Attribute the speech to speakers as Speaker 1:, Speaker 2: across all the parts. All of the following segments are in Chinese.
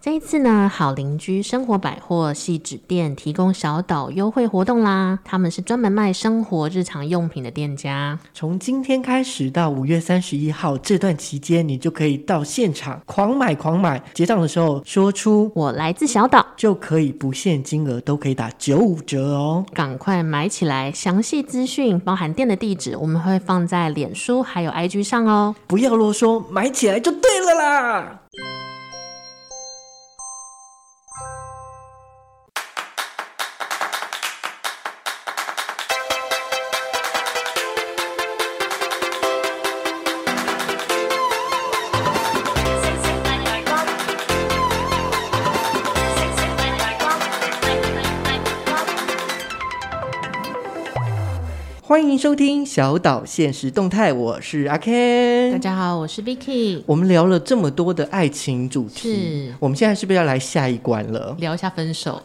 Speaker 1: 这一次呢，好邻居生活百货系指店提供小岛优惠活动啦。他们是专门卖生活日常用品的店家，
Speaker 2: 从今天开始到五月三十一号这段期间，你就可以到现场狂买狂买，结账的时候说出
Speaker 1: 我来自小岛，
Speaker 2: 就可以不限金额都可以打九五折哦。
Speaker 1: 赶快买起来！详细资讯包含店的地址，我们会放在脸书还有 IG 上哦。
Speaker 2: 不要啰嗦，买起来就对了啦！
Speaker 3: 星星發亮光，星星發亮光，發發發光。
Speaker 2: 欢迎收听小岛现实动态，我是阿 Ken，
Speaker 1: 大家好，我是 Vicky，
Speaker 2: 我们聊了这么多的爱情主题
Speaker 1: 是，？
Speaker 2: 我们现在是不是要来下一关了
Speaker 1: 聊一下分手，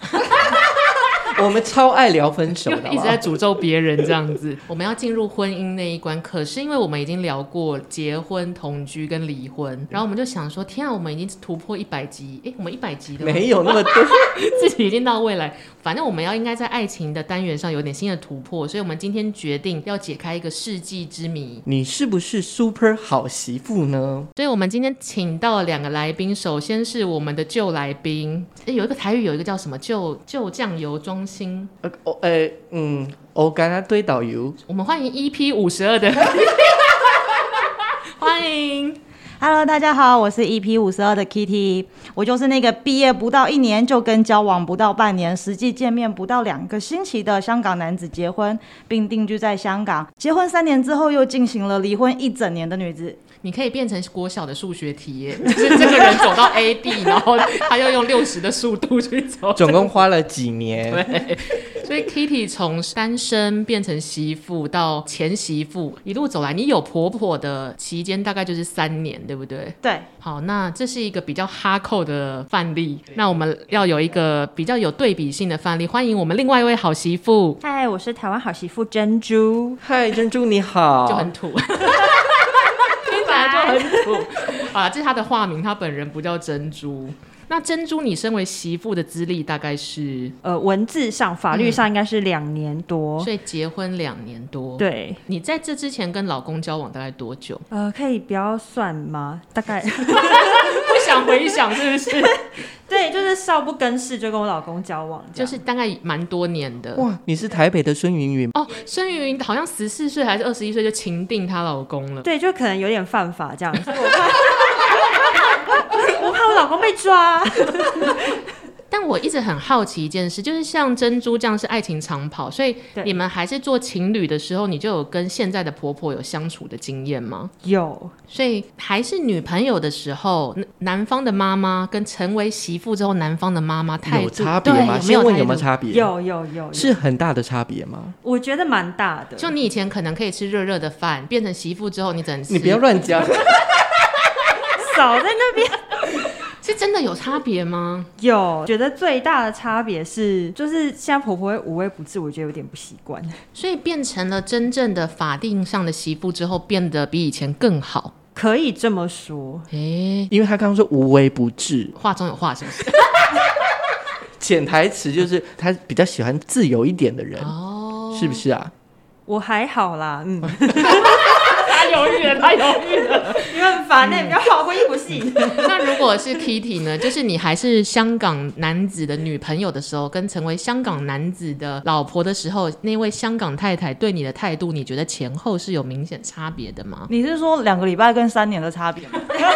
Speaker 2: 我们超爱聊分手
Speaker 1: 就
Speaker 2: 的，好
Speaker 1: 一
Speaker 2: 不
Speaker 1: 直
Speaker 2: 好
Speaker 1: 在诅咒别人这样子。 我们要进入婚姻那一关，可是因为我们已经聊过结婚、同居跟离婚，然后我们就想说，天啊，我们已经突破一百集，诶，我们一百集的
Speaker 2: 没有那么多。
Speaker 1: 自己已经到未来，反正我们要应该在爱情的单元上有点新的突破，所以我们今天决定要解开一个世纪之谜。
Speaker 2: 你是不是 super 好媳妇呢？
Speaker 1: 所以我们今天请到了两个来宾，首先是我们的旧来宾，诶有一个台语有一个叫什么旧旧酱油中心，
Speaker 2: 呃，哦，呃，嗯，我跟他对导游，
Speaker 1: 我们欢迎 EP 五十二的，欢迎。
Speaker 4: Hello，大家好，我是 EP 五十二的 Kitty，我就是那个毕业不到一年就跟交往不到半年、实际见面不到两个星期的香港男子结婚，并定居在香港，结婚三年之后又进行了离婚一整年的女子。
Speaker 1: 你可以变成国小的数学题耶，就是这个人走到 A D，然后他要用六十的速度去走，
Speaker 2: 总共花了几年？
Speaker 1: 所以 Kitty 从单身变成媳妇到前媳妇，一路走来，你有婆婆的期间大概就是三年，对不对？
Speaker 4: 对，
Speaker 1: 好，那这是一个比较哈扣的范例，那我们要有一个比较有对比性的范例，欢迎我们另外一位好媳妇，
Speaker 5: 嗨，我是台湾好媳妇珍珠。
Speaker 2: 嗨，珍珠你好，
Speaker 1: 就很土。听起来就很土啊！这是她的化名，她本人不叫珍珠。那珍珠，你身为媳妇的资历大概是，
Speaker 5: 呃，文字上、法律上应该是两年多。
Speaker 1: 嗯所以结婚两年多。，
Speaker 5: 对，
Speaker 1: 你在这之前跟老公交往大概多久？
Speaker 5: 呃，可以不要算吗？大概
Speaker 1: 不想回想是不 是？
Speaker 5: 对，就是少不更事，就跟我老公交往这
Speaker 1: 就
Speaker 5: 样，
Speaker 1: 是大概蛮多年的。
Speaker 2: 哇，你是台北的孙云云，
Speaker 1: 哦，孙云云好像十四岁还是二十一岁就情定她老公了。
Speaker 5: 对，就可能有点犯法这样，所以我怕 我怕我老公被抓。
Speaker 1: 但我一直很好奇一件事，就是像珍珠这样是爱情长跑，所以
Speaker 5: 对
Speaker 1: 你们还是做情侣的时候，你就有跟现在的婆婆有相处的经验吗？
Speaker 5: 有，
Speaker 1: 所以还是女朋友的时候，男男方的妈妈跟成为媳妇之后男方的妈妈态度
Speaker 2: 有差别
Speaker 1: 对
Speaker 2: 吗？
Speaker 1: 有
Speaker 2: 先
Speaker 1: 没有
Speaker 2: 问有没
Speaker 1: 态
Speaker 2: 有
Speaker 1: 度
Speaker 2: 差别？
Speaker 5: 有，有，有，有
Speaker 2: 是很大的差别吗？
Speaker 5: 我觉得蛮大的。
Speaker 1: 就你以前可能可以吃热热的饭，变成媳妇之后你只能吃
Speaker 2: 你不要 乱讲，
Speaker 5: 少在那边
Speaker 1: 是真的有差别吗？
Speaker 5: 有，觉得最大的差别是，就是现在婆婆会无微不至，我觉得有点不习惯。
Speaker 1: 所以变成了真正的法定上的媳妇之后，变得比以前更好。
Speaker 5: 可以这么说，
Speaker 1: 诶、
Speaker 2: 因为他刚刚说无微不至，
Speaker 1: 话中有话，是不是？
Speaker 2: 潜台词就是他比较喜欢自由一点的人，
Speaker 1: 哦，
Speaker 2: 是不是啊？
Speaker 5: 我还好啦，嗯。
Speaker 1: 他犹豫了，他犹豫了。
Speaker 5: 你很烦呢、欸，不要跑过一股戏。
Speaker 1: 那如果是 Kitty 呢？就是你还是香港男子的女朋友的时候，跟成为香港男子的老婆的时候，那位香港太太对你的态度，你觉得前后是有明显差别的吗？
Speaker 4: 你是说两个礼拜跟三年的差别吗？
Speaker 2: 哎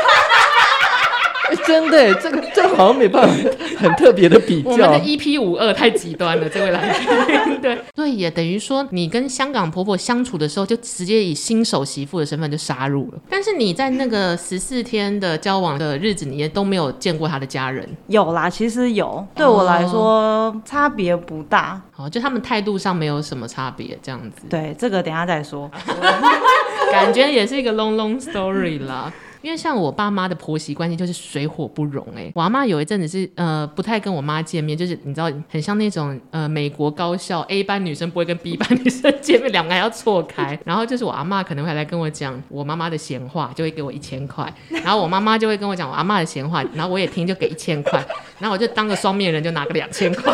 Speaker 2: 真的耶，这个这个好像没办法很特别的比
Speaker 1: 我们的
Speaker 2: 较。
Speaker 1: EP 五二太极端了，这位来 宾，对对，也等于说你跟香港婆婆相处的时候，就直接以新手媳妇的身份就杀入了。但是你在那个十四天的交往的日子，你也都没有见过她的家人，
Speaker 4: 有啦，其实有，对我来说、差别不大。
Speaker 1: 哦，就他们态度上没有什么差别，这样子。
Speaker 4: 对，这个等一下再说。
Speaker 1: 感觉也是一个 long long story 啦。因因为像我爸妈的婆媳关系就是水火不容哎、我阿妈有一阵子是呃不太跟我妈见面，就是你知道很像那种呃美国高校 A 班女生不会跟 B 班女生见面，两个还要错开。然后就是我阿妈可能会来跟我讲我妈妈的闲话，就会给我一千块，然后我妈妈就会跟我讲我阿妈的闲话，然后我也听就给一千块，然后我就当个双面人就拿个两千块。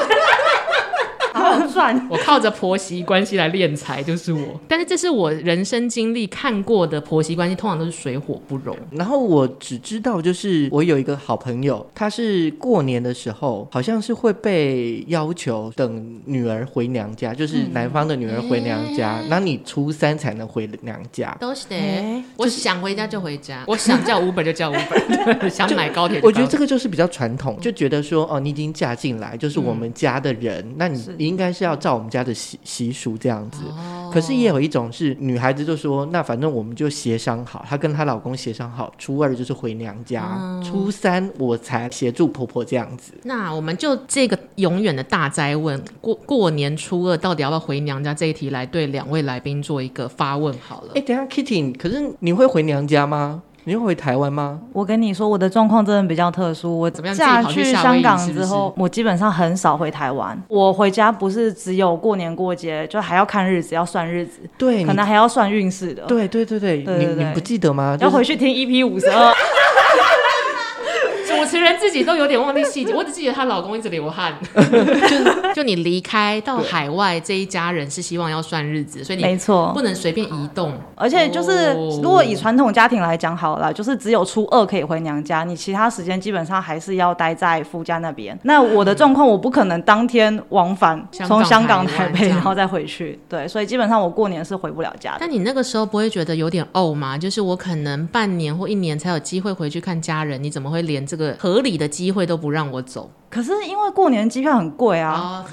Speaker 4: 好好赚。
Speaker 1: 我靠着婆媳关系来敛财，就是我。但是这是我人生经历看过的婆媳关系，通常都是水火不容。
Speaker 2: 然后我只知道，就是我有一个好朋友，他是过年的时候，好像是会被要求等女儿回娘家，就是男方的女儿回娘家，那、你初三才能回娘家。
Speaker 1: 都是的
Speaker 5: 哎
Speaker 1: 我想回家就回家，我想叫 Uber 就叫 Uber，对 想买高铁就
Speaker 2: 我觉得
Speaker 1: 高
Speaker 2: 这个就是比较传统，就觉得说哦，你已经嫁进来，就是我们家的人，那你你应该是要照我们家的习习俗这样子。可是也有一种是女孩子就说，那反正我们就协商好，她跟她老公协商好，初二就是回娘家，初三我才协助婆婆这样子。
Speaker 1: 那我们就这个永远的大灾问，过过年初二到底要不要回娘家这一题来对两位来宾做一个发问好了。
Speaker 2: 哎、等一下，Kitty，可是你会回娘家吗？你会回台湾吗？
Speaker 4: 我跟你说，我的状况真的比较特殊。我
Speaker 1: 怎么样自
Speaker 4: 嫁
Speaker 1: 己跑去
Speaker 4: 去
Speaker 1: 夏威夷
Speaker 4: 香港
Speaker 1: 是不
Speaker 4: 之
Speaker 1: 是
Speaker 4: 后，我基本上很少回台湾。我回家不是只有过年过节，就还要看日子，要算日子，
Speaker 1: 哎
Speaker 2: 对，你
Speaker 4: 可能还要算运势的。
Speaker 2: 对对对对，
Speaker 4: 对对
Speaker 2: 你你
Speaker 4: 对
Speaker 2: 不记得吗？
Speaker 4: 要
Speaker 2: 就是
Speaker 4: 回去听 EP 五十二，
Speaker 1: 主持人自己都有点忘记细节，我只记得她老公一直流汗。 就就你离开到海外这一家人是希望要算日子， 所以你
Speaker 4: 没错
Speaker 1: 不。能随便移动。
Speaker 4: 而且就是
Speaker 1: 哦，
Speaker 4: 如果以传统家庭来讲好了啦，就是只有初二可以回娘家，你其他时间基本上还是要待在夫家那边。那我的状况，我不可能当天往返
Speaker 1: 嗯香港
Speaker 4: 从香港、
Speaker 1: 台
Speaker 4: 台
Speaker 1: 湾
Speaker 4: 北，
Speaker 1: 这样
Speaker 4: 然后再回去。对，所以基本上我过年是回不了家的。
Speaker 1: 但你那个时候不会觉得有点怄吗？就是我可能半年或一年才有机会回去看家人，你怎么会连这个合理的机会都不让我走？
Speaker 4: 可是因为过年机票很贵啊，
Speaker 1: 啊，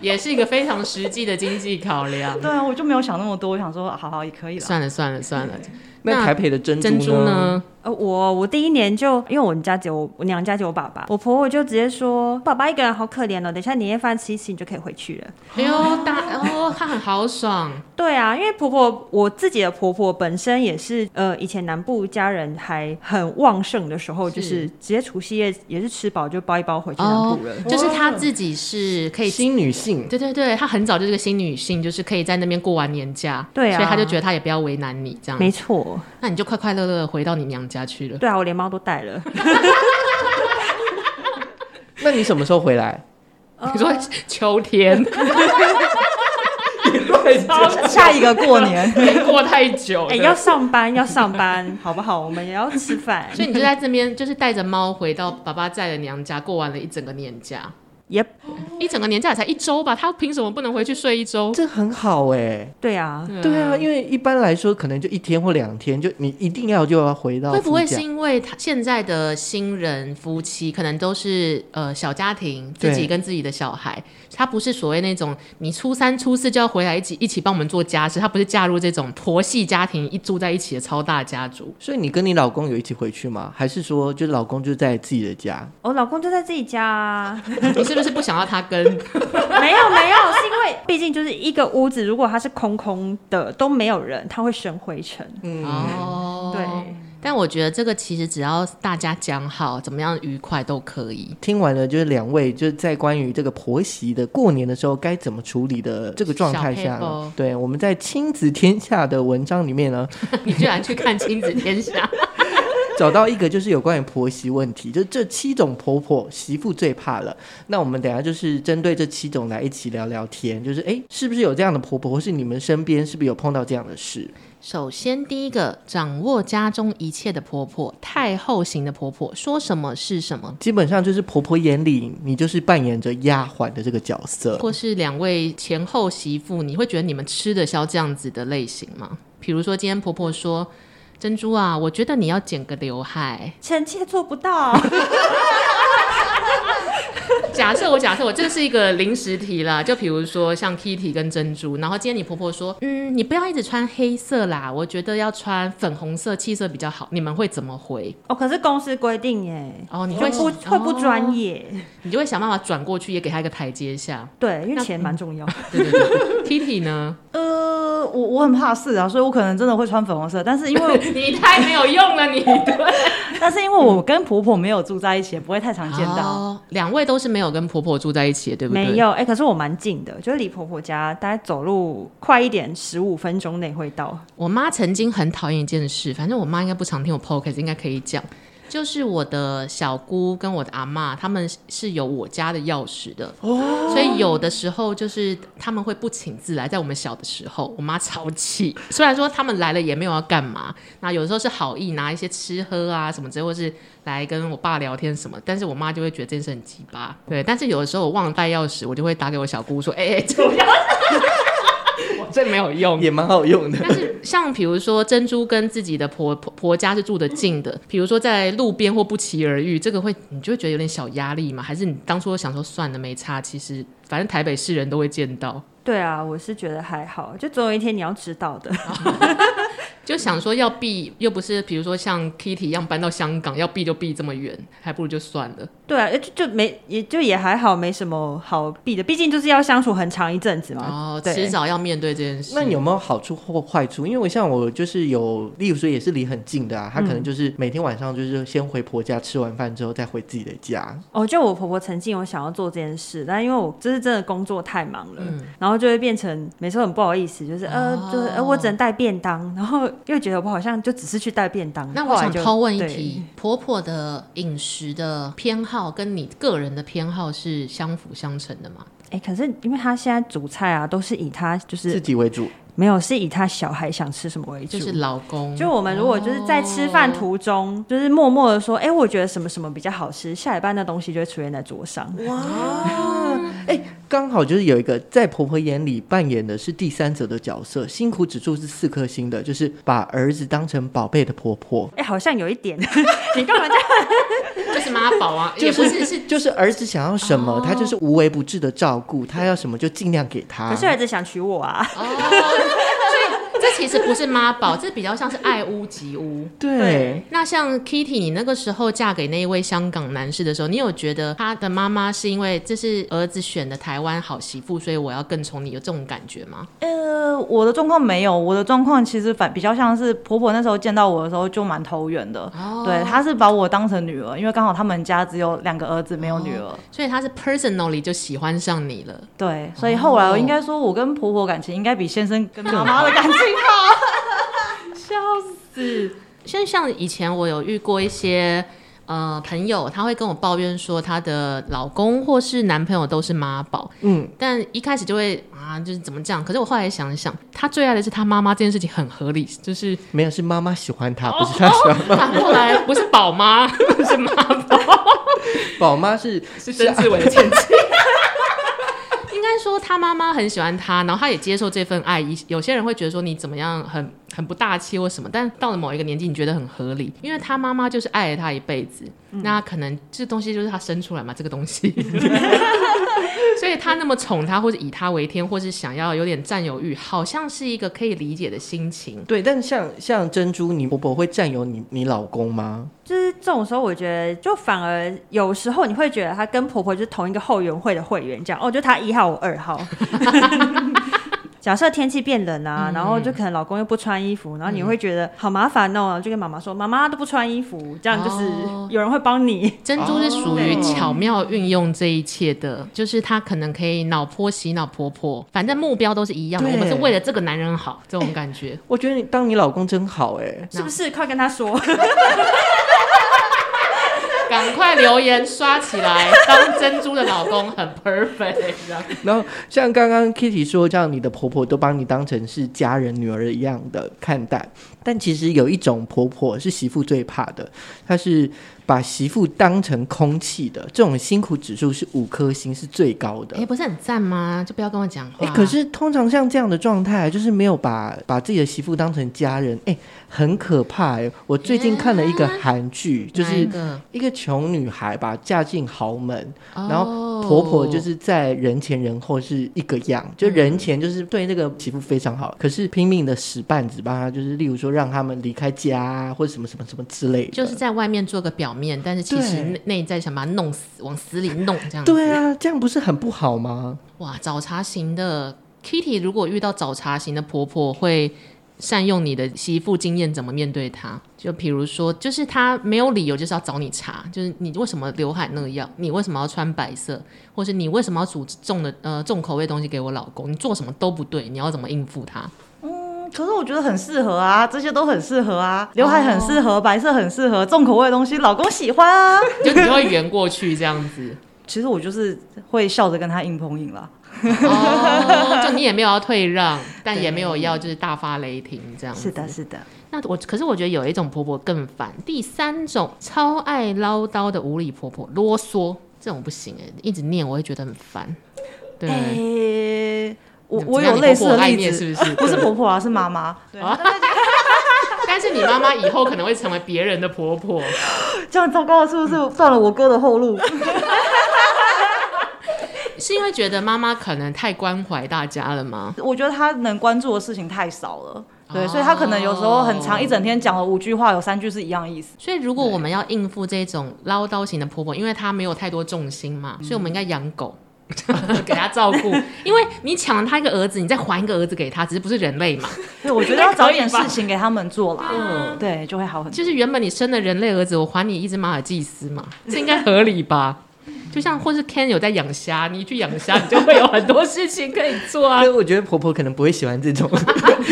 Speaker 1: 也是一个非常实际的经济考量。
Speaker 4: 对啊，我就没有想那么多，我想说，啊好好也可以了。
Speaker 1: 算了算了算了，
Speaker 2: 那
Speaker 1: 那
Speaker 2: 台北的珍珠
Speaker 1: 嗯珍珠呢？
Speaker 5: 呃，我我第一年就因为我们家只有我我娘家只有我爸爸，我婆婆就直接说爸爸一个人好可怜哦，等一下年夜饭吃一吃你就可以回去了。
Speaker 1: 哎呦，大哦，她很豪爽。
Speaker 5: 对啊，因为婆婆我自己的婆婆本身也是呃，以前南部家人还很旺盛的时候，
Speaker 1: 是
Speaker 5: 就是直接除夕夜也是吃饱就包一包回去南
Speaker 1: 哦
Speaker 5: 部了。，
Speaker 1: 就是她自己是可以。
Speaker 2: 新女性，
Speaker 1: 对对对，她很早就是个新女性，就是可以在那边过完年假，
Speaker 5: 对啊
Speaker 1: 所以她就觉得她也不要为难你这样，
Speaker 5: 没，错，
Speaker 1: 那你就快快乐乐地回到你娘家去了。
Speaker 5: 对啊，我连猫都带了。
Speaker 2: 那你什么时候回来？
Speaker 1: 你
Speaker 5: 嗯
Speaker 1: 说秋天
Speaker 4: 下一个过年，
Speaker 1: 没过太久了，
Speaker 5: 哎、要上 班要上班，好不好？我们也要吃饭。
Speaker 1: 所以你就在这边就是带着猫回到爸爸在的娘家，过完了一整个年假，
Speaker 5: 也
Speaker 1: 一整个年假也才一周吧，她凭什么不能回去睡一周？
Speaker 2: 这很好哎、
Speaker 5: 对啊，
Speaker 2: 对啊，因为一般来说可能就一天或两天，就你一定要就要回到
Speaker 1: 会不会
Speaker 2: 夫家
Speaker 1: 是因为他现在的新人夫妻可能都是呃小家庭，
Speaker 2: 对
Speaker 1: 自己跟自己的小孩，他不是所谓那种你初三初四就要回来一起一起帮我们做家事，他不是嫁入这种婆媳家庭一住在一起的超大家族。
Speaker 2: 所以你跟你老公有一起回去吗？还是说就老公就在自己的家？
Speaker 5: 我老公就在自己家、啊。
Speaker 1: 你是不是不想要他跟？
Speaker 5: 没有没有，是因为毕竟就是一个屋子，如果它是空空的都没有人，它会生灰尘。
Speaker 1: 嗯
Speaker 2: 嗯
Speaker 1: 哦，
Speaker 5: 嗯对。。
Speaker 1: 但我觉得这个其实只要大家讲好，怎么样愉快都可以。
Speaker 2: 听完了，就是两位就是在关于这个婆媳的过年的时候该怎么处理的这个状态下
Speaker 1: 小 paper
Speaker 2: 呢，对，我们在亲子天下的文章里面呢，
Speaker 1: 你居然去看《亲子天下》
Speaker 2: 找到一个就是有关于婆媳问题，就是这七种婆婆媳妇最怕了。那我们等一下就是针对这七种来一起聊聊天，就是哎，是不是有这样的婆婆，或是你们身边是不是有碰到这样的事？
Speaker 1: 首先，第一个，掌握家中一切的婆婆，太后型的婆婆，说什么是什么，
Speaker 2: 基本上就是婆婆眼里你就是扮演着丫鬟的这个角色。
Speaker 1: 或是两位前后媳妇，你会觉得你们吃得消这样子的类型吗？比如说，今天婆婆说：“珍珠啊，我觉得你要剪个刘海。
Speaker 5: 臣妾做不到，
Speaker 4: 啊
Speaker 1: 假设我假设我这是一个临时题啦，就比如说像 Kitty 跟珍珠，然后今天你婆婆说：“嗯，你不要一直穿黑色啦，我觉得要穿粉红色，气色比较好。”你们会怎么回？
Speaker 5: 哦，可是公司规定耶，
Speaker 1: 哦，你
Speaker 5: 就
Speaker 1: 会
Speaker 5: 不会不专、
Speaker 1: 哦
Speaker 5: 业，
Speaker 1: 你就会想办法转过去，也给她一个台阶下。
Speaker 5: 对，因为
Speaker 1: 那嗯
Speaker 5: 钱蛮重要。
Speaker 1: 对对对，Kitty 呢？
Speaker 5: 呃，
Speaker 4: 我我很怕事啊，所以我可能真的会穿粉红色，但是因 为
Speaker 1: 你太没有用了，你
Speaker 5: 哦
Speaker 1: 对
Speaker 4: 但是因为我跟婆婆没有住在一起，也不会太常见到。
Speaker 1: 哦，两位都是没有跟婆婆住在一起的，对不对？
Speaker 5: 没有，哎、可是我蛮近的，就是离婆婆家大概走路快一点，十五分钟内会到。
Speaker 1: 我妈曾经很讨厌一件事，反正我妈应该不常听我 podcast，应该可以讲，就是我的小姑跟我的阿妈，他们是有我家的钥匙的，所以有的时候就是他们会不请自来，在我们小的时候，我妈超气。虽然说他们来了也没有要干嘛，那有的时候是好意拿一些吃喝啊什么之类，或是来跟我爸聊天什么，但是我妈就会觉得这件事很鸡巴。对，但是有的时候我忘了带钥匙，我就会打给我小姑说：“哎、哎、这我钥匙。”我这没有用，
Speaker 2: 也蛮好用的。
Speaker 1: 但是像比如说珍珠跟自己的婆婆婆家是住得近的，比如说在路边或不期而遇，这个会你就会觉得有点小压力嘛？还是你当初想说算了没差，其实反正台北市人都会见到，
Speaker 5: 对啊，我是觉得还好，就总有一天你要知道的。
Speaker 1: 就想说要避，又不是比如说像 Kitty 一样搬到香港要避就避这么远，还不如就算了。
Speaker 5: 对啊，就就没也就也还好，没什么好避的，毕竟就是要相处很长一阵子嘛。
Speaker 1: 哦，
Speaker 5: 对
Speaker 1: 迟早要面对这件事。
Speaker 2: 那有没有好处或坏处？因为我像我就是有，例如说也是离很近的啊，她可能就是每天晚上就是先回婆家吃完饭之后再回自己的家。
Speaker 5: 哦，就我婆婆曾经有想要做这件事，但因为我就是真的工作太忙了，
Speaker 1: 嗯
Speaker 5: 然后就会变成每次很不好意思，就是呃，
Speaker 1: 哦
Speaker 5: 就是呃，我只能带便当，然后又觉得我好像就只是去带便当。
Speaker 1: 那我
Speaker 5: 后来
Speaker 1: 想
Speaker 5: 就
Speaker 1: 偷问一
Speaker 5: 对
Speaker 1: 题，婆婆的饮食的偏好跟你个人的偏好是相辅相成的吗？
Speaker 5: 哎、可是因为她现在煮菜啊，都是以她就
Speaker 2: 自
Speaker 5: 是
Speaker 2: 己为主，
Speaker 5: 没有是以她小孩想吃什么为主，
Speaker 1: 就是哦老公，
Speaker 5: 就我们如果就是在吃饭途中，就是默默的说，哎、我觉得什么什么比较好吃，下一半的东西就会出现在桌上。
Speaker 2: 刚好就是有一个在婆婆眼里扮演的是第三者的角色，辛苦指数是四颗星的，就是把儿子当成宝贝的婆婆。
Speaker 5: 哎、好像有一点， 你干嘛这样？
Speaker 1: 就是妈宝啊，也不是 是
Speaker 2: 就是儿子想要什么，她就是无微不至的照顾，她要什么就尽量给她。
Speaker 5: 可是儿子想娶我啊，
Speaker 1: 哦，所以这其实不是妈宝，这比较像是爱屋及乌。
Speaker 2: 对
Speaker 5: 对，
Speaker 1: 那像 Kitty，你那个时候嫁给那一位香港男士的时候，你有觉得他的妈妈是因为这是儿子选的台湾好媳妇，所以我要更宠你，有这种感觉吗？
Speaker 4: 呃，我的状况没有，我的状况其实反比较像是婆婆那时候见到我的时候就蛮投缘的，
Speaker 1: 哦
Speaker 4: 对，她是把我当成女儿，因为刚好他们家只有两个儿子，没有女儿。
Speaker 1: 所以他是 personally 就喜欢上你了。
Speaker 4: 对，所以后来我应该说，我跟婆婆感情应该比先生哦跟妈妈的感情好。
Speaker 1: 像像以前我有遇过一些呃朋友，她会跟我抱怨说她的老公或是男朋友都是妈宝，
Speaker 2: 嗯，
Speaker 1: 但一开始就会啊，就是怎么讲？可是我后来想一想，她最爱的是她妈妈这件事情很合理，就是
Speaker 2: 没有是妈妈喜欢她，不是她喜欢妈妈。
Speaker 1: 反过来不是宝妈，是妈宝，
Speaker 2: 宝妈是
Speaker 1: 是曾志伟的前妻。应该说，她妈妈很喜欢她，然后她也接受这份爱。一有些人会觉得说你怎么样很很不大气或什么，但到了某一个年纪，你觉得很合理，因为她妈妈就是爱了她一辈子。那可能这东西就是她生出来嘛，这个东西。所以她那么宠她，或者以她为天，或是想要有点占有欲，好像是一个可以理解的心情。
Speaker 2: 对，但像像珍珠，你婆婆会占有你你老公吗？
Speaker 5: 就是这种时候，我觉得就反而有时候你会觉得她跟婆婆就是同一个后援会的会员，这样哦，就她一号，我二号。 假设天气变冷啊，然后就可能老公又不穿衣服，然后你会觉得好麻烦哦，就跟妈妈说，妈妈都不穿衣服，这样就是
Speaker 1: 哦
Speaker 5: 有人会帮你。
Speaker 1: 珍珠是属于
Speaker 2: 哦
Speaker 1: 巧妙运用这一切的，就是她可能可以脑波洗脑婆婆，反正目标都是一样的，
Speaker 2: 对
Speaker 1: 我们是为了这个男人好，这种感觉。
Speaker 2: 我觉得你当你老公真好哎、
Speaker 5: 是不是？快跟他说，
Speaker 1: 赶快留言刷起来，当珍珠的老公很 perfect 这样。
Speaker 2: 然后像刚刚 Kitty 说，这样你的婆婆都把你当成是家人、女儿一样的看待。但其实有一种婆婆是媳妇最怕的，她是把媳妇当成空气的。这种辛苦指数是五颗星，是最高的
Speaker 1: 哎、。不是很赞吗？就不要跟我讲话。
Speaker 2: 哎、可是通常像这样的状态，啊就是没有把把自己的媳妇当成家人，哎、很可怕、哎。我最近看了一个啊韩剧，就
Speaker 1: 哪一
Speaker 2: 是
Speaker 1: 个，
Speaker 2: 一个穷女孩吧，嫁进豪门，
Speaker 1: 然
Speaker 2: 然后婆婆就是在人前人后是一个样，
Speaker 1: 嗯
Speaker 2: 就人前就是对那个媳妇非常好，可是拼命的使绊子，帮她就是例如说让他们离开家啊，或者什么什么什么之类的。
Speaker 1: 就是在外面做个表面，但是其实
Speaker 2: 对
Speaker 1: 内内在想把她弄死，往死里弄这样。
Speaker 2: 对，啊，这样不是很不好吗？
Speaker 1: 哇，找茬型的。 Kitty 如果遇到找茬型的婆婆，会善用你的媳妇经验怎么面对她？就比如说，就是她没有理由就是要找你茬，就是你为什么刘海那样，你为什么要穿白色，或是你为什么要煮重的呃重口味的东西给我老公？你做什么都不对，你要怎么应付他？
Speaker 4: 嗯可是我觉得很适合啊，这些都很适合啊，刘海很适
Speaker 1: 哦
Speaker 4: 合，白色很适合，重口味的东西老公喜欢 啊。
Speaker 1: 就你就会圆过去这样 子。
Speaker 4: 其实我就是会笑着跟他硬碰硬啦。
Speaker 1: 哦，就你也没有要退让，但也没有要就是大发雷霆这样子。
Speaker 4: 是的，是的，
Speaker 1: 那我哦可是我觉得有一种婆婆更烦，第三种超爱唠叨的无理婆婆，啰嗦这种不行哎、一直念我会觉得很烦。对，
Speaker 4: 诶、哎我
Speaker 1: 怎么
Speaker 4: 我
Speaker 1: 样
Speaker 4: 有
Speaker 1: 你
Speaker 4: 类
Speaker 1: 婆
Speaker 4: 似
Speaker 1: 婆
Speaker 4: 的
Speaker 1: 爱
Speaker 4: 例
Speaker 1: 念
Speaker 4: 子，
Speaker 1: 是不是
Speaker 4: 不是婆婆啊，是妈妈。对，
Speaker 1: 啊 但是你妈妈以后可能会成为别人的婆婆，
Speaker 4: 这样糟糕，是不是 断了我哥的后路？
Speaker 1: 是因为觉得妈妈可能太关怀大家了吗？
Speaker 4: 我觉得他能关注的事情太少了。对，
Speaker 1: 哦
Speaker 4: 所以他可能有时候很长，一整天讲了五句话，有三句是一样意思。
Speaker 1: 所以如果我们要应付这种唠叨型的婆婆，因为她没有太多重心
Speaker 4: 嗯
Speaker 1: 嘛，所以我们应该养狗。 给她照顾，因为你抢了她一个儿子，你再还一个儿子给她，只是不是人类嘛？
Speaker 4: 对，我觉得要找点事情给他们做啦，
Speaker 1: 嗯
Speaker 4: 对，就会好很多。
Speaker 1: 就是原本你生了人类儿子，我还你一只马尔济斯 嘛，这应该合理吧？就像或是 Ken 有在养虾，你去养虾，你就会有很多事情可以做啊
Speaker 2: 所以。我觉得婆婆可能不会喜欢 这种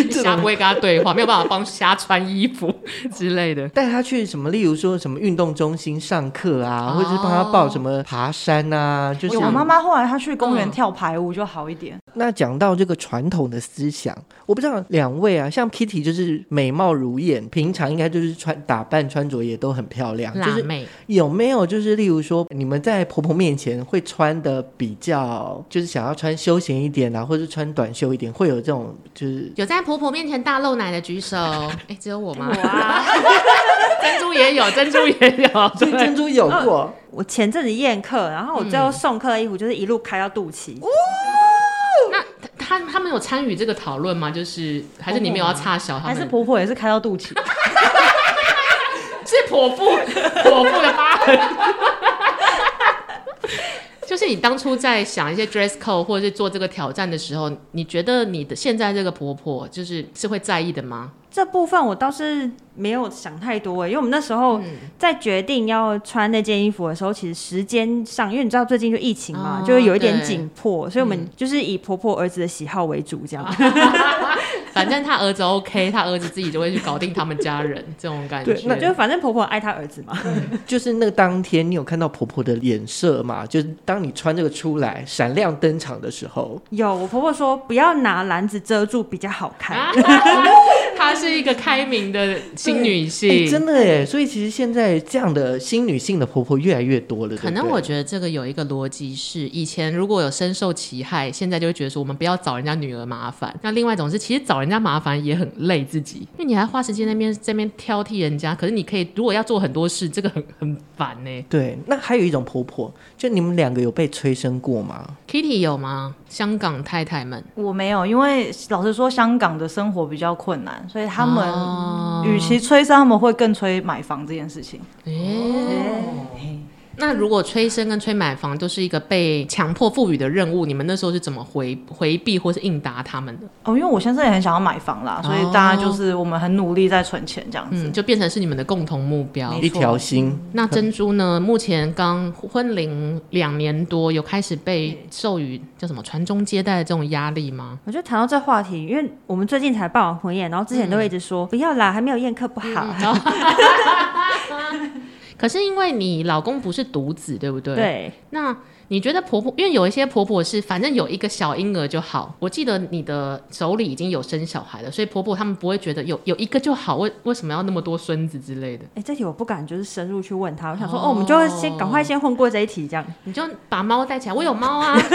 Speaker 2: 这
Speaker 1: 虾不
Speaker 2: 种。
Speaker 1: 会跟他对话，没有办法帮虾穿衣服之类的。
Speaker 2: 带她去什么，例如说什么运动中心上课
Speaker 1: 哦
Speaker 2: 啊，或者是帮她报什么爬山啊，就是
Speaker 4: 我妈妈后来她去公园
Speaker 1: 嗯
Speaker 4: 跳排舞就好一点。
Speaker 2: 那讲到这个传统的思想，我不知道两位啊，像 Kitty 就是美貌如眼，平常应该就是穿打扮穿着也都很漂亮， 就
Speaker 1: 辣
Speaker 2: 是
Speaker 1: 妹，
Speaker 2: 有没有就是例如说你们在婆婆面前会穿的比较，就是想要穿休闲一点啊，或者穿短袖一点，会有这种 就是
Speaker 1: 有在婆婆面前大露奶的举 手。哎、只有我吗？
Speaker 5: 哇，
Speaker 1: 珍珠也有，珍珠也 有。
Speaker 2: 所以珍珠有过，
Speaker 5: 我前阵子宴客，然后我最后送客的衣服就是一路开到肚脐，
Speaker 1: 那他他们有参与这个讨论吗？就是还是你没有要
Speaker 2: 哦
Speaker 1: 插小他
Speaker 4: 还
Speaker 1: 们？
Speaker 4: 是婆婆也是开到肚 脐，
Speaker 1: 是婆妇，婆妇的疤痕。 就是你当初在想一些 dress code 或者是做这个挑战的时候，你觉得你的现在这个婆婆就是是会在意的吗？
Speaker 5: 这部分我倒是没有想太多欸，因为我们那时候
Speaker 1: 嗯
Speaker 5: 在决定要穿那件衣服的时候，其实时间上，因为你知道最近就疫情嘛，
Speaker 1: 哦
Speaker 5: 就会有一点
Speaker 1: 对嗯哦
Speaker 5: 紧迫，所以我们就是以婆婆儿子的喜好为主，这样。
Speaker 1: 反正她儿子 OK，她儿子自己就会去搞定他们家人这种感觉
Speaker 2: 对。那
Speaker 5: 就是反正婆婆爱她儿子嘛，
Speaker 1: 嗯
Speaker 2: 就是那个当天你有看到婆婆的脸色嘛？就是当你穿这个出来闪亮登场的时候，
Speaker 5: 有我婆婆说不要拿篮子遮住比较好 看，
Speaker 1: 啊 她是一个开明的新女
Speaker 2: 哎
Speaker 1: 性，
Speaker 2: 真的哎，所以其实现在这样的新女性的婆婆越来越多了。
Speaker 1: 可
Speaker 2: 对
Speaker 1: 能
Speaker 2: 不对
Speaker 1: 我觉得这个有一个逻辑是，以前如果有深受其害，现在就会觉得说我们不要找人家女儿麻烦。那另外一种是，其实找人家麻烦也很累自己，因为你还花时间那边在那边挑剔人家。可是你可以，如果要做很多事，这个很很烦呢、
Speaker 2: 对，那还有一种婆婆，就你们两个有被催生过吗？
Speaker 1: Kitty 有吗？香港太太们，
Speaker 4: 我没有，因为老实说，香港的生活比较困难，所以他们
Speaker 1: 哦
Speaker 4: 与其催生，他们会更催买房这件事情。
Speaker 1: 那如果催生跟催买房都是一个被强迫赋予的任务，你们那时候是怎么回回避或是应答他们的？
Speaker 4: 哦，因为我先生也很想要买房啦，所以大家就是我们很努力在存钱这样子。
Speaker 1: 哦嗯，就变成是你们的共同目标。
Speaker 4: 没错
Speaker 2: 一条心，
Speaker 1: 那珍珠呢？目前刚婚龄两年多，有开始被授予叫什么传宗接代的这种压力吗？
Speaker 5: 我就谈到这话题，因为我们最近才办完婚宴，然后之前都会一直
Speaker 1: 嗯
Speaker 5: 说、不要啦，还没有宴客不好。
Speaker 1: 可是因为你老公不是独子，对不对？。
Speaker 5: 对，
Speaker 1: 那你觉得婆婆，因为有一些婆婆是反正有一个小婴儿就好。我记得你的手里已经有生小孩了，所以婆婆他们不会觉得有有一个就好，为为什么要那么多孙子之类的？
Speaker 5: 哎、这题我不敢就是深入去问他，我想说
Speaker 1: 哦
Speaker 5: 哦，我们就先赶快先混过这一题这样。
Speaker 1: 你就把猫带起来，我有猫啊。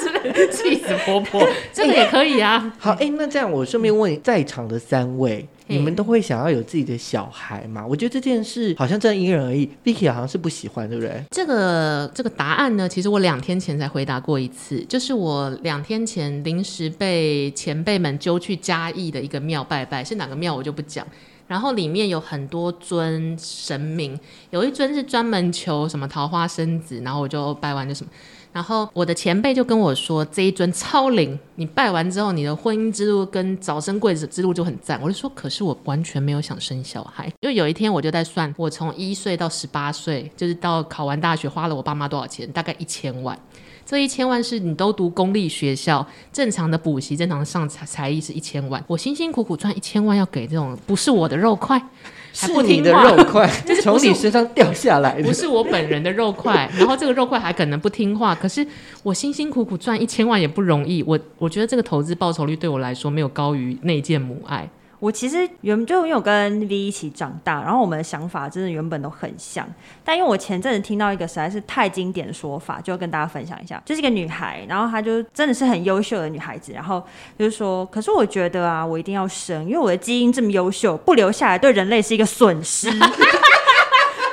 Speaker 1: 之类的气死婆婆，这个也可以啊。
Speaker 2: 好，哎、那这样我顺便问在场的三位，
Speaker 1: 嘿
Speaker 2: 你们都会想要有自己的小孩吗？我觉得这件事好像真的因人而异。Vicky 好像是不喜欢，对不对？
Speaker 1: 这个这个答案呢，其实我两天前才回答过一次，就是我两天前临时被前辈们揪去嘉义的一个庙拜拜，是哪个庙我就不讲。然后里面有很多尊神明，有一尊是专门求什么桃花生子，然后我就拜完就什么。然后我的前辈就跟我说，这一尊超灵，你拜完之后，你的婚姻之路跟早生贵子之路就很赞。我就说，可是我完全没有想生小孩，因为有一天我就在算，我从一岁到十八岁，就是到考完大学花了我爸妈多少钱，大概一千万。这一千万是你都读公立学校，正常的补习、正常的上才才艺是一千万，我辛辛苦苦赚一千万要给这种不是我的肉块，还
Speaker 2: 是
Speaker 1: 不
Speaker 2: 你
Speaker 1: 听
Speaker 2: 的
Speaker 1: 话
Speaker 2: 肉块
Speaker 1: 就是
Speaker 2: 从
Speaker 1: 不是
Speaker 2: 你身上掉下来的
Speaker 1: 不。是我本人的肉块，然后这个肉块还可能不听话，可是我辛辛苦苦赚一千万也不容易，我我觉得这个投资报酬率对我来说没有高于内建母爱，
Speaker 5: 我其实原就因为我跟 V 一起长大，然后我们的想法真的原本都很像，但因为我前阵子听到一个实在是太经典的说法，就要跟大家分享一下，就是一个女孩，然后她就真的是很优秀的女孩子，然后就是说，可是我觉得啊，我一定要生，因为我的基因这么优秀，不留下来对人类是一个损 失，是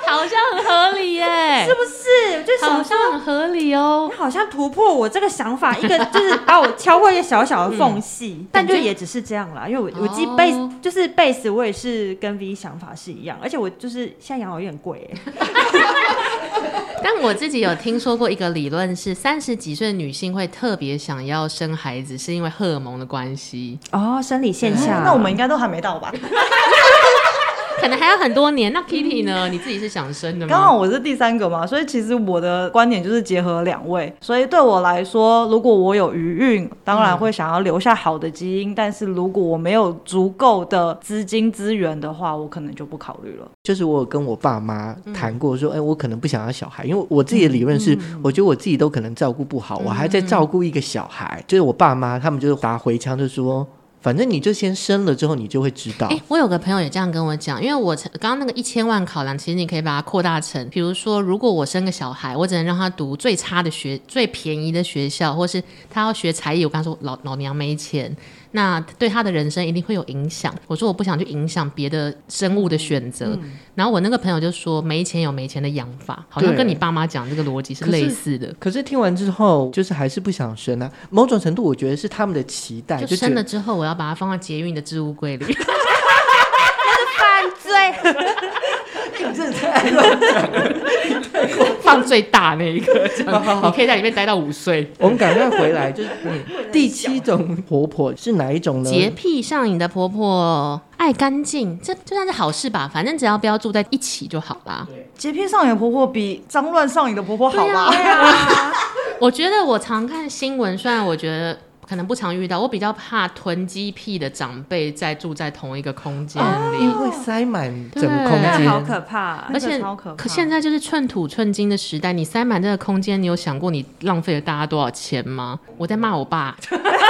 Speaker 1: 好像很合理耶，
Speaker 5: 不是？我就想
Speaker 1: 好
Speaker 5: 说。
Speaker 1: 像很合理哦
Speaker 5: 你。好像突破我这个想法， 一个就是把我敲破一个小小的缝隙，但就
Speaker 1: 嗯感觉
Speaker 5: 也只是这样啦。因为我
Speaker 1: 哦
Speaker 5: 我记 base、就是 base，我也是跟 V 想法是一样，而且我就是现在养老有点贵、欸，
Speaker 1: 但我自己有听说过一个理论是，三十几岁的女性会特别想要生孩子，是因为荷尔蒙的关系，
Speaker 5: 哦，生理现象。
Speaker 4: 那我们应该都还没到吧？
Speaker 1: 可能还要很多年。那 Kitty 呢？你自己是想生的吗？
Speaker 4: 刚好我是第三个嘛，所以其实我的观点就是结合两位。所以对我来说，如果我有余韵，当然会想要留下好的基因；但是如果我没有足够的资金资源的话，我可能就不考虑了。
Speaker 2: 就是我有跟我爸妈
Speaker 1: 嗯
Speaker 2: 谈过说，哎、我可能不想要小孩，因为我自己的理论是，
Speaker 1: 嗯
Speaker 2: 我觉得我自己都可能照顾不好，我还在照顾一个小孩。就是我爸妈他们就是打回枪，就说，反正你就先生了之后，你就会知道。
Speaker 1: 哎、我有个朋友也这样跟我讲，因为我曾刚刚那个一千万考量，其实你可以把它扩大成，比如说，如果我生个小孩，我只能让他读最差的学、最便宜的学校，或是他要学才艺，我跟他说老老娘没钱，那对他的人生一定会有影响。我说我不想去影响别的生物的选择。
Speaker 2: 嗯
Speaker 1: 然后我那个朋友就说，没钱有没钱的养法，好像
Speaker 2: 对
Speaker 1: 跟你爸妈讲这个逻辑是
Speaker 2: 可是
Speaker 1: 类似的。
Speaker 2: 可是听完之后，就是还是不想生啊。某种程度，我觉得是他们的期待，
Speaker 1: 就
Speaker 2: 就觉
Speaker 1: 生了
Speaker 2: 得
Speaker 1: 之后，我要把它放到捷运的置物柜里。
Speaker 5: 犯罪，
Speaker 1: 放最大那一个，这样你可以在里面待到五岁。
Speaker 2: 我们赶快回来。就是、嗯、第七种婆婆是哪一种呢？
Speaker 1: 洁癖上瘾的婆婆爱干净，这就算是好事吧，反正只要不要住在一起就好啦。
Speaker 4: 洁癖上瘾的婆婆比脏乱上瘾的婆婆好吧？
Speaker 1: 我觉得我常看新闻，虽然我觉得。可能不常遇到，我比较怕囤积癖的长辈在住在同一个空间里，
Speaker 2: 哦因为塞满整个空
Speaker 5: 那
Speaker 1: 对
Speaker 2: 间，
Speaker 5: 好可怕。
Speaker 1: 啊而且
Speaker 4: 那个超可怕
Speaker 1: 现在就是寸土寸金的时代，你塞满这个空间，你有想过你浪费了大家多少钱吗？我在骂我爸，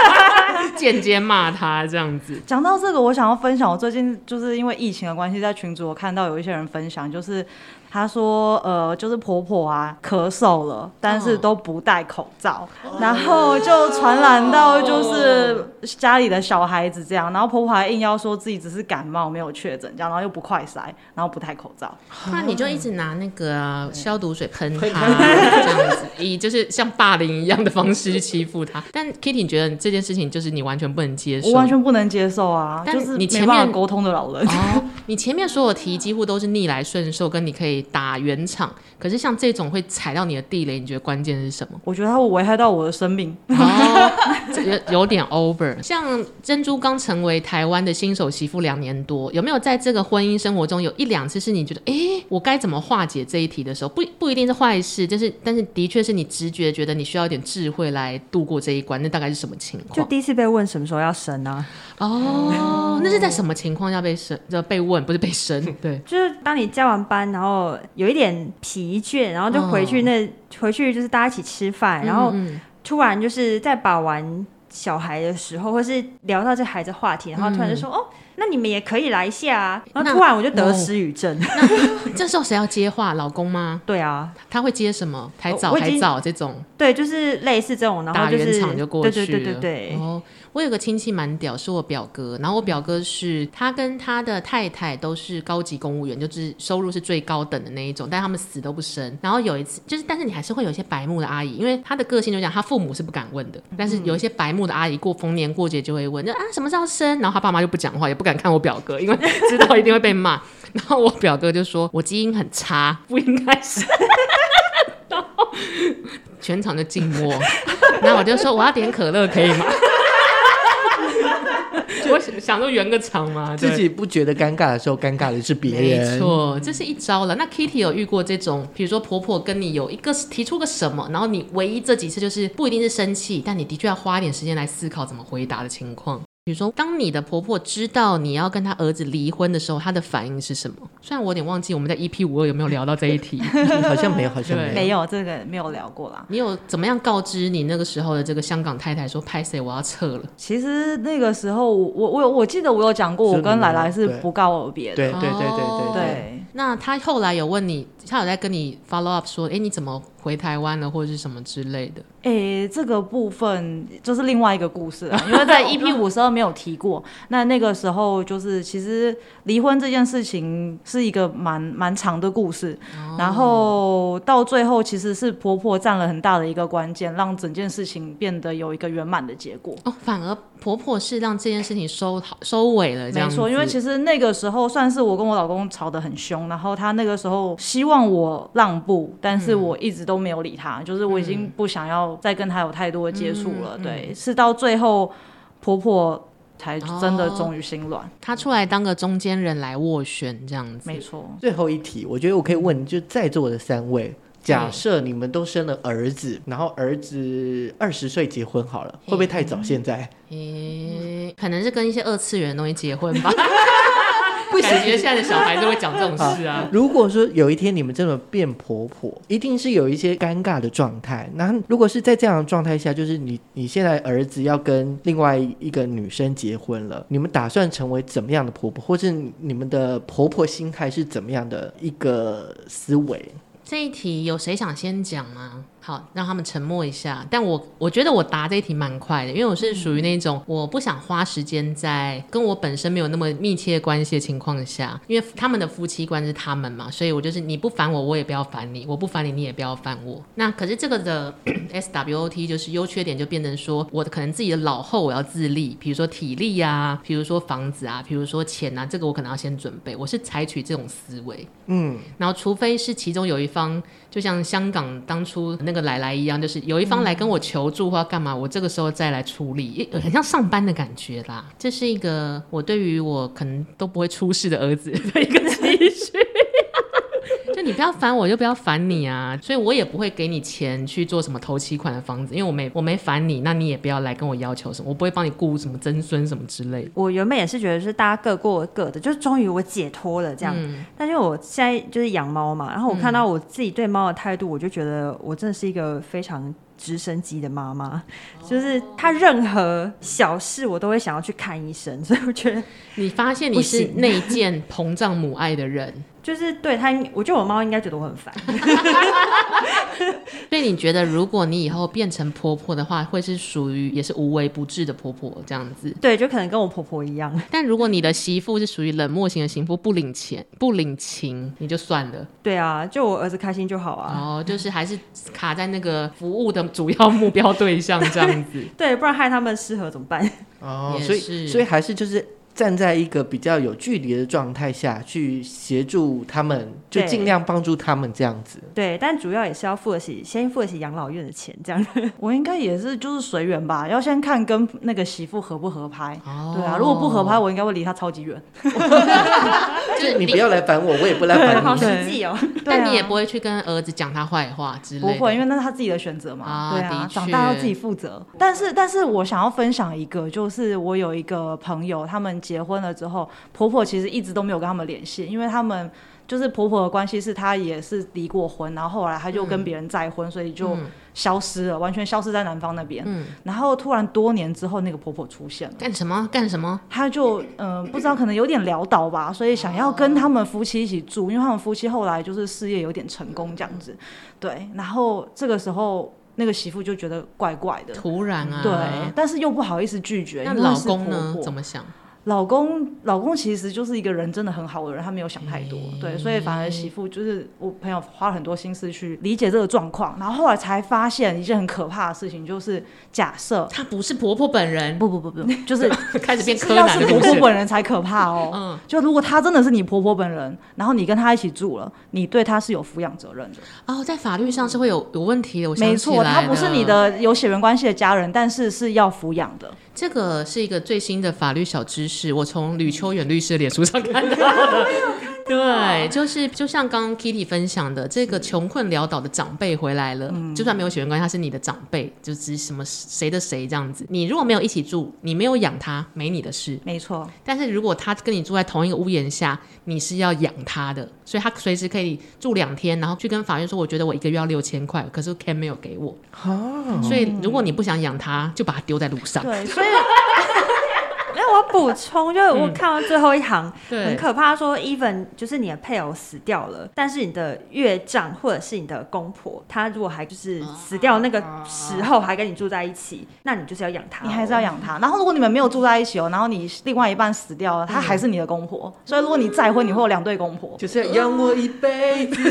Speaker 1: 间接骂他这样子。
Speaker 4: 讲到这个，我想要分享，我最近就是因为疫情的关系，在群组我看到有一些人分享，就是她说，呃，就是婆婆啊咳嗽了，但是都不戴口罩，
Speaker 1: 哦
Speaker 4: 然后就传染到就是家里的小孩子这样，然后婆婆还硬要说自己只是感冒没有确诊这样，然后又不快筛，然后不戴口罩，
Speaker 1: 那你就一直拿那个啊消毒水喷它，这样子，以就是像霸凌一样的方式去欺负他。但 Kitty 你觉得这件事情就是你完全不能接受，
Speaker 4: 我完全不能接受啊，
Speaker 1: 但
Speaker 4: 就是
Speaker 1: 你
Speaker 4: 没
Speaker 1: 前
Speaker 4: 办法
Speaker 1: 面
Speaker 4: 沟通的老人。
Speaker 1: 哦，你前面所有题几乎都是逆来顺受，跟你可以打圆场。可是像这种会踩到你的地雷，你觉得关键是什么？
Speaker 4: 我觉得它会危害到我的生命，
Speaker 1: 哦，这有有点 over。像珍珠刚成为台湾的新手媳妇两年多，有没有在这个婚姻生活中有一两次是你觉得，诶，我该怎么化解这一题的时候，不不一定是坏事，就是但是的确是你直觉觉得你需要一点智慧来度过这一关，那大概是什么情
Speaker 5: 就
Speaker 1: 况？
Speaker 5: 第一次被问什么时候要生啊？
Speaker 1: 哦，那是在什么情况下被生？呃，被问不是被生，对。
Speaker 5: 就是当你加完班，然后有一点疲倦，然后就回去
Speaker 1: 嗯
Speaker 5: 那、回去就是大家一起吃饭，然后
Speaker 1: 嗯嗯
Speaker 5: 突然就是在把玩小孩的时候，或是聊到这孩子话题，然后突然就说、哦，那你们也可以来一下啊，然后
Speaker 1: 嗯那
Speaker 5: 突然我就得失语症。
Speaker 1: 嗯这时候谁要接话？老公吗？
Speaker 5: 对啊，
Speaker 1: 他会接什么？台
Speaker 5: 哦
Speaker 1: 早
Speaker 5: 我已
Speaker 1: 还
Speaker 5: 经
Speaker 1: 早这种。
Speaker 5: 对，就是类似这种，然后
Speaker 1: 打
Speaker 5: 就
Speaker 1: 圆
Speaker 5: 是
Speaker 1: 场就过去了。
Speaker 5: 对对对对对，
Speaker 1: 哦，我有个亲戚蛮屌，是我表哥。然后我表哥是他跟他的太太都是高级公务员，就是收入是最高等的那一种，但他们死都不生。然后有一次，就是但是你还是会有一些白目的阿姨，因为他的个性就讲，他父母是不
Speaker 5: 嗯
Speaker 1: 敢问的，但是有一些白目的阿姨过逢年过节就会问，就啊什么时候生？然后他爸妈就不讲话，也不敢。敢看我表哥，因为 知道一定会被骂。然后我表哥就说：“我基因很差，不应该是。”然后全场就静默。 然后我就说：“我要点可乐，可以 吗？”我想想说圆个场嘛，对
Speaker 2: 自己不觉得尴尬的时候，尴尬的是别
Speaker 1: 没
Speaker 2: 人。
Speaker 1: 错，这是一招了。那 Kitty 有遇过这种，比如说婆婆跟你有一个提出个什么，然后你唯一这几次就是不一定是生气，但你的确要花一点时间来思考怎么回答的情况。比如说，当你的婆婆知道你要跟她儿子离婚的时候，她的反应是什么？虽然我有点忘记我们在 EP 五二有没有聊到这一 题，
Speaker 2: 好像没有，好像
Speaker 1: 对
Speaker 2: 没
Speaker 4: 没
Speaker 2: 有。
Speaker 4: 有这个没有聊过啦。
Speaker 1: 你有怎么样告知你那个时候的这个香港太太说拍谁我要撤了？
Speaker 4: 其实那个时候我，我我有我记得我有讲过，
Speaker 2: 是
Speaker 4: 我跟
Speaker 2: 你
Speaker 4: 奶
Speaker 2: 们
Speaker 4: 奶是
Speaker 2: 对
Speaker 4: 不告而别
Speaker 2: 对
Speaker 4: 的。
Speaker 2: 对对对
Speaker 1: 哦
Speaker 2: 对
Speaker 4: 对，
Speaker 1: 那她后来有问你，她有在跟你 follow up 说，哎，你怎么回台湾了，或者是什么之类的？
Speaker 4: 诶、这个部分就是另外一个故事了， 因为在 EP 五十二没有提过。那那个时候就是，其实离婚这件事情是一个蛮蛮长的故事，然后到最后其实是婆婆占了很大的一个关键，让整件事情变得有一个圆满的结果。
Speaker 1: 哦，反而婆婆是让这件事情收好收尾了，这样
Speaker 4: 没错，因为
Speaker 1: 实
Speaker 4: 其实那个时候算是我跟我老公吵得很凶，然后他那个时候希望我让步，但是
Speaker 1: 嗯
Speaker 4: 我一直都没有理他，就是我已经不想要再跟他有太多的接触了。
Speaker 1: 嗯
Speaker 4: 对，是到最后婆婆才真的
Speaker 1: 哦
Speaker 4: 终于心软，
Speaker 1: 她出来当个中间人来斡旋这样子，
Speaker 4: 没错。
Speaker 2: 最后一题，我觉得我可以问，就在座的三位，假设你们都生了儿子，然后儿子二十岁结婚好了，会不会太早？现在
Speaker 1: 诶、可能是跟一些二次元的东西结婚 吧。 不感觉现在的小孩都会讲这种事啊。
Speaker 2: 如果说有一天你们真的变婆婆，一定是有一些尴尬的状态。那如果是在这样的状态下，就是你你现在儿子要跟另外一个女生结婚了，你们打算成为怎么样的婆婆，或是你们的婆婆心态是怎么样的一个思维？
Speaker 1: 这一题有谁想先讲吗？好，让他们沉默一下。但我我觉得我答这一题蛮快的，因为我是属于那种我不想花时间在跟我本身没有那么密切关系的情况下，因为他们的夫妻关是他们嘛，所以我就是你不烦我，我也不要烦你；我不烦你，你也不要烦我。那可是这个的 SWOT 就是优缺点，就变成说我可能自己的老后我要自立，比如说体力呀、啊，比如说房子啊，比如说钱啊，这个我可能要先准备。我是采取这种思维，然后除非是其中有一方，就像香港当初那个奶奶一样，就是有一方来跟我求助或要干嘛，我这个时候再来处理，呃也很像上班的感觉啦。这是一个我对于我可能都不会出事的儿子的一个期许。 就你不要烦我，就不要烦你啊！所以我也不会给你钱去做什么头期款的房子，因为我没我没烦你，那你也不要来跟我要求什么，我不会帮你顾什么曾孙什么之类的。
Speaker 5: 我原本也是觉得是大家各过各的，就是终于我解脱了这样。
Speaker 1: 嗯
Speaker 5: 但是我现在就是养猫嘛，然后我看到我自己对猫的态度，我就觉得我真的是一个非常直升机的妈妈，就是它任何小事我都会想要去看医生，所以我觉得
Speaker 1: 你发现你
Speaker 5: 不
Speaker 1: 是
Speaker 5: 行
Speaker 1: 内建膨胀母爱的人，
Speaker 5: 就是对它应，我觉得我猫应该觉得我很烦。
Speaker 1: 所以你觉得，如果你以后变成婆婆的话，会是属于也是无微不至的婆婆这样子？
Speaker 5: 对，就可能跟我婆婆一样，
Speaker 1: 但如果你的媳妇是属于冷漠型的媳妇，不领钱不领情，你就算了。
Speaker 5: 对啊，就我儿子开心就好啊。
Speaker 1: 哦，就是还是卡在那个服务的主要目标对象这样子。
Speaker 5: 对，不然害他们失和怎么办？
Speaker 2: 哦
Speaker 1: 也，
Speaker 2: 所
Speaker 1: 是
Speaker 2: 以所以还是就是站在一个比较有距离的状态下去协助他们，就
Speaker 5: 对
Speaker 2: 尽量帮助他们这样子。
Speaker 5: 对，但主要也是要付得起，先付得起养老院的钱，这 样。
Speaker 4: 我应该也是就是随缘吧，要先看跟那个媳妇合不合拍。
Speaker 1: 哦
Speaker 4: 对啊，如果不合拍，我应该会离她超级 远。
Speaker 1: 就是
Speaker 2: 你不要来烦我，我也不来
Speaker 5: 好
Speaker 2: 烦你。
Speaker 5: 实际哦。
Speaker 4: 对啊
Speaker 1: 但你也不会去跟儿子讲他坏话之类
Speaker 4: 不
Speaker 1: 的。
Speaker 4: 会，因为那是他自己的选择嘛。
Speaker 1: 啊
Speaker 4: 对
Speaker 1: 的
Speaker 4: 啊，
Speaker 1: 确
Speaker 4: 长大要自己负责。但是，但是我想要分享一个，就是我有一个朋友，他们结婚了之后，婆婆其实一直都没有跟他们联系，因为他们就是婆婆的关系是她也是离过婚，然后后来她就
Speaker 1: 嗯
Speaker 4: 跟别人再婚，所以就消失了，完全消失在男方那边。
Speaker 1: 嗯
Speaker 4: 然后突然多年之后，那个婆婆出现了。
Speaker 1: 干什么干什么？
Speaker 4: 他就嗯、呃不知道可能有点潦倒吧，所以想要跟他们夫妻一起住，因为他们夫妻后来就是事业有点成功这样子，对。然后这个时候那个媳妇就觉得怪怪的，
Speaker 1: 突然啊！
Speaker 4: 嗯对，但是又不好意思拒绝，
Speaker 1: 那
Speaker 4: 因为
Speaker 1: 老
Speaker 4: 是
Speaker 1: 公
Speaker 4: 婆
Speaker 1: 呢
Speaker 4: 婆？
Speaker 1: 怎么想？
Speaker 4: 老公，老公其实就是一个人真的很好的人，他没有想太多，对，所以反而媳妇就是我朋友花了很多心思去理解这个状况，然后后来才发现一件很可怕的事情，就是假 设
Speaker 1: 她不是婆婆本人，
Speaker 4: 不不不不，就是
Speaker 1: 开始变柯
Speaker 4: 要
Speaker 1: 南
Speaker 4: 是
Speaker 1: 的
Speaker 4: 婆
Speaker 1: 故
Speaker 4: 婆
Speaker 1: 事。
Speaker 4: 本人才可怕哦。
Speaker 1: 嗯
Speaker 4: 就如果她真的是你婆婆本人，然后你跟她一起住了，你对她是有抚养责任的。
Speaker 1: 哦，在法律上是会有有问题的，我想
Speaker 4: 没
Speaker 1: 起
Speaker 4: 错，
Speaker 1: 来
Speaker 4: 她不是
Speaker 1: 了
Speaker 4: 你的有血缘关系的家人，但是是要抚养的。
Speaker 1: 这个是一个最新的法律小知识，我从吕秋远律师的脸书 上看到的。对，就是就像刚刚 Kitty 分享的，这个穷困潦倒的长辈回来了，
Speaker 4: 嗯
Speaker 1: 就算没有血缘关系，他是你的长辈，就是什么谁的谁这样子。你如果没有一起住，你没有养他，没你的事。
Speaker 4: 没错，
Speaker 1: 但是如果他跟你住在同一个屋檐下，你是要养他的，所以他随时可以住两天，然后去跟法院说，我觉得我一个月要六千块，可是 Ken 没有给我，所以如果你不想养他，就把他丢在路上。
Speaker 4: 对，所以
Speaker 5: 那我补充，就是我看到最后一行、
Speaker 1: 对
Speaker 5: 很可怕，说 even 就是你的配偶死掉了，但是你的岳丈或者是你的公婆，他如果还就是死掉那个时候还跟你住在一起，那你就是要养他、哦
Speaker 4: 你还是要。养她。然后如果你们没有住在一起哦，然后你另外一半死掉了，她
Speaker 1: 嗯
Speaker 4: 还是你的公婆。所以如果你再婚，你会有两对公婆。
Speaker 2: 就是要养我一辈 子，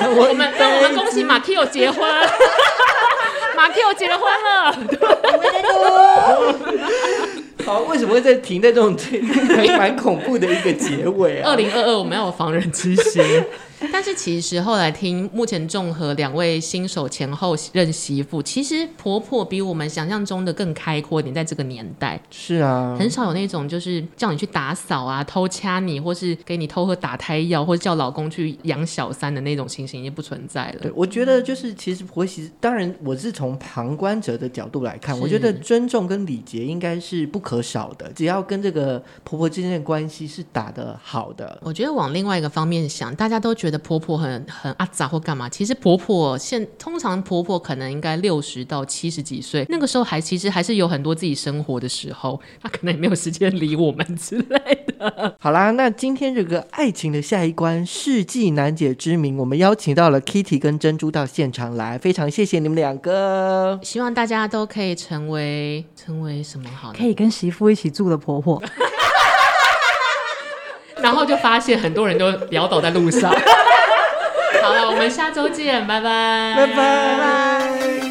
Speaker 2: 养
Speaker 1: 我
Speaker 2: 我一
Speaker 1: 们
Speaker 2: 辈
Speaker 1: 那我们
Speaker 2: 子。
Speaker 1: 恭喜 马 Q 结婚，马 Q 结婚了，
Speaker 2: 好，为什么会在停在这种还蛮恐怖的一个结尾啊
Speaker 1: 二？零二二我们要有防人之心。但是其实后来听，目前综合两位新手前后任媳妇，其实婆婆比我们想象中的更开阔一点，在这个年代，
Speaker 2: 是啊，
Speaker 1: 很少有那种就是叫你去打扫啊、偷掐你，或是给你偷喝打胎药，或者叫老公去养小三的那种情形已经不存在了
Speaker 2: 对，。我觉得就是其实婆媳，当然我是从旁观者的角度来看，
Speaker 1: 是
Speaker 2: 我觉得尊重跟礼节应该是不可少的，只要跟这个婆婆之间的关系是打得好的，
Speaker 1: 我觉得往另外一个方面想，大家都觉得婆婆很很阿杂或干嘛，其实婆婆现通常婆婆可能应该六十到七十几岁，那个时候还其实还是有很多自己生活的时候，她可能也没有时间理我们之类的。
Speaker 2: 好啦，那今天这个爱情的下一关世纪难解之谜，我们邀请到了 Kitty 跟珍珠到现场来，非常谢谢你们两个。
Speaker 1: 希望大家都可以成为成为什么好呢？
Speaker 4: 以跟媳妇一起住的婆婆，
Speaker 1: 然后就发现很多人都潦倒在路上。好了，我们下周见，拜拜，
Speaker 2: 拜拜。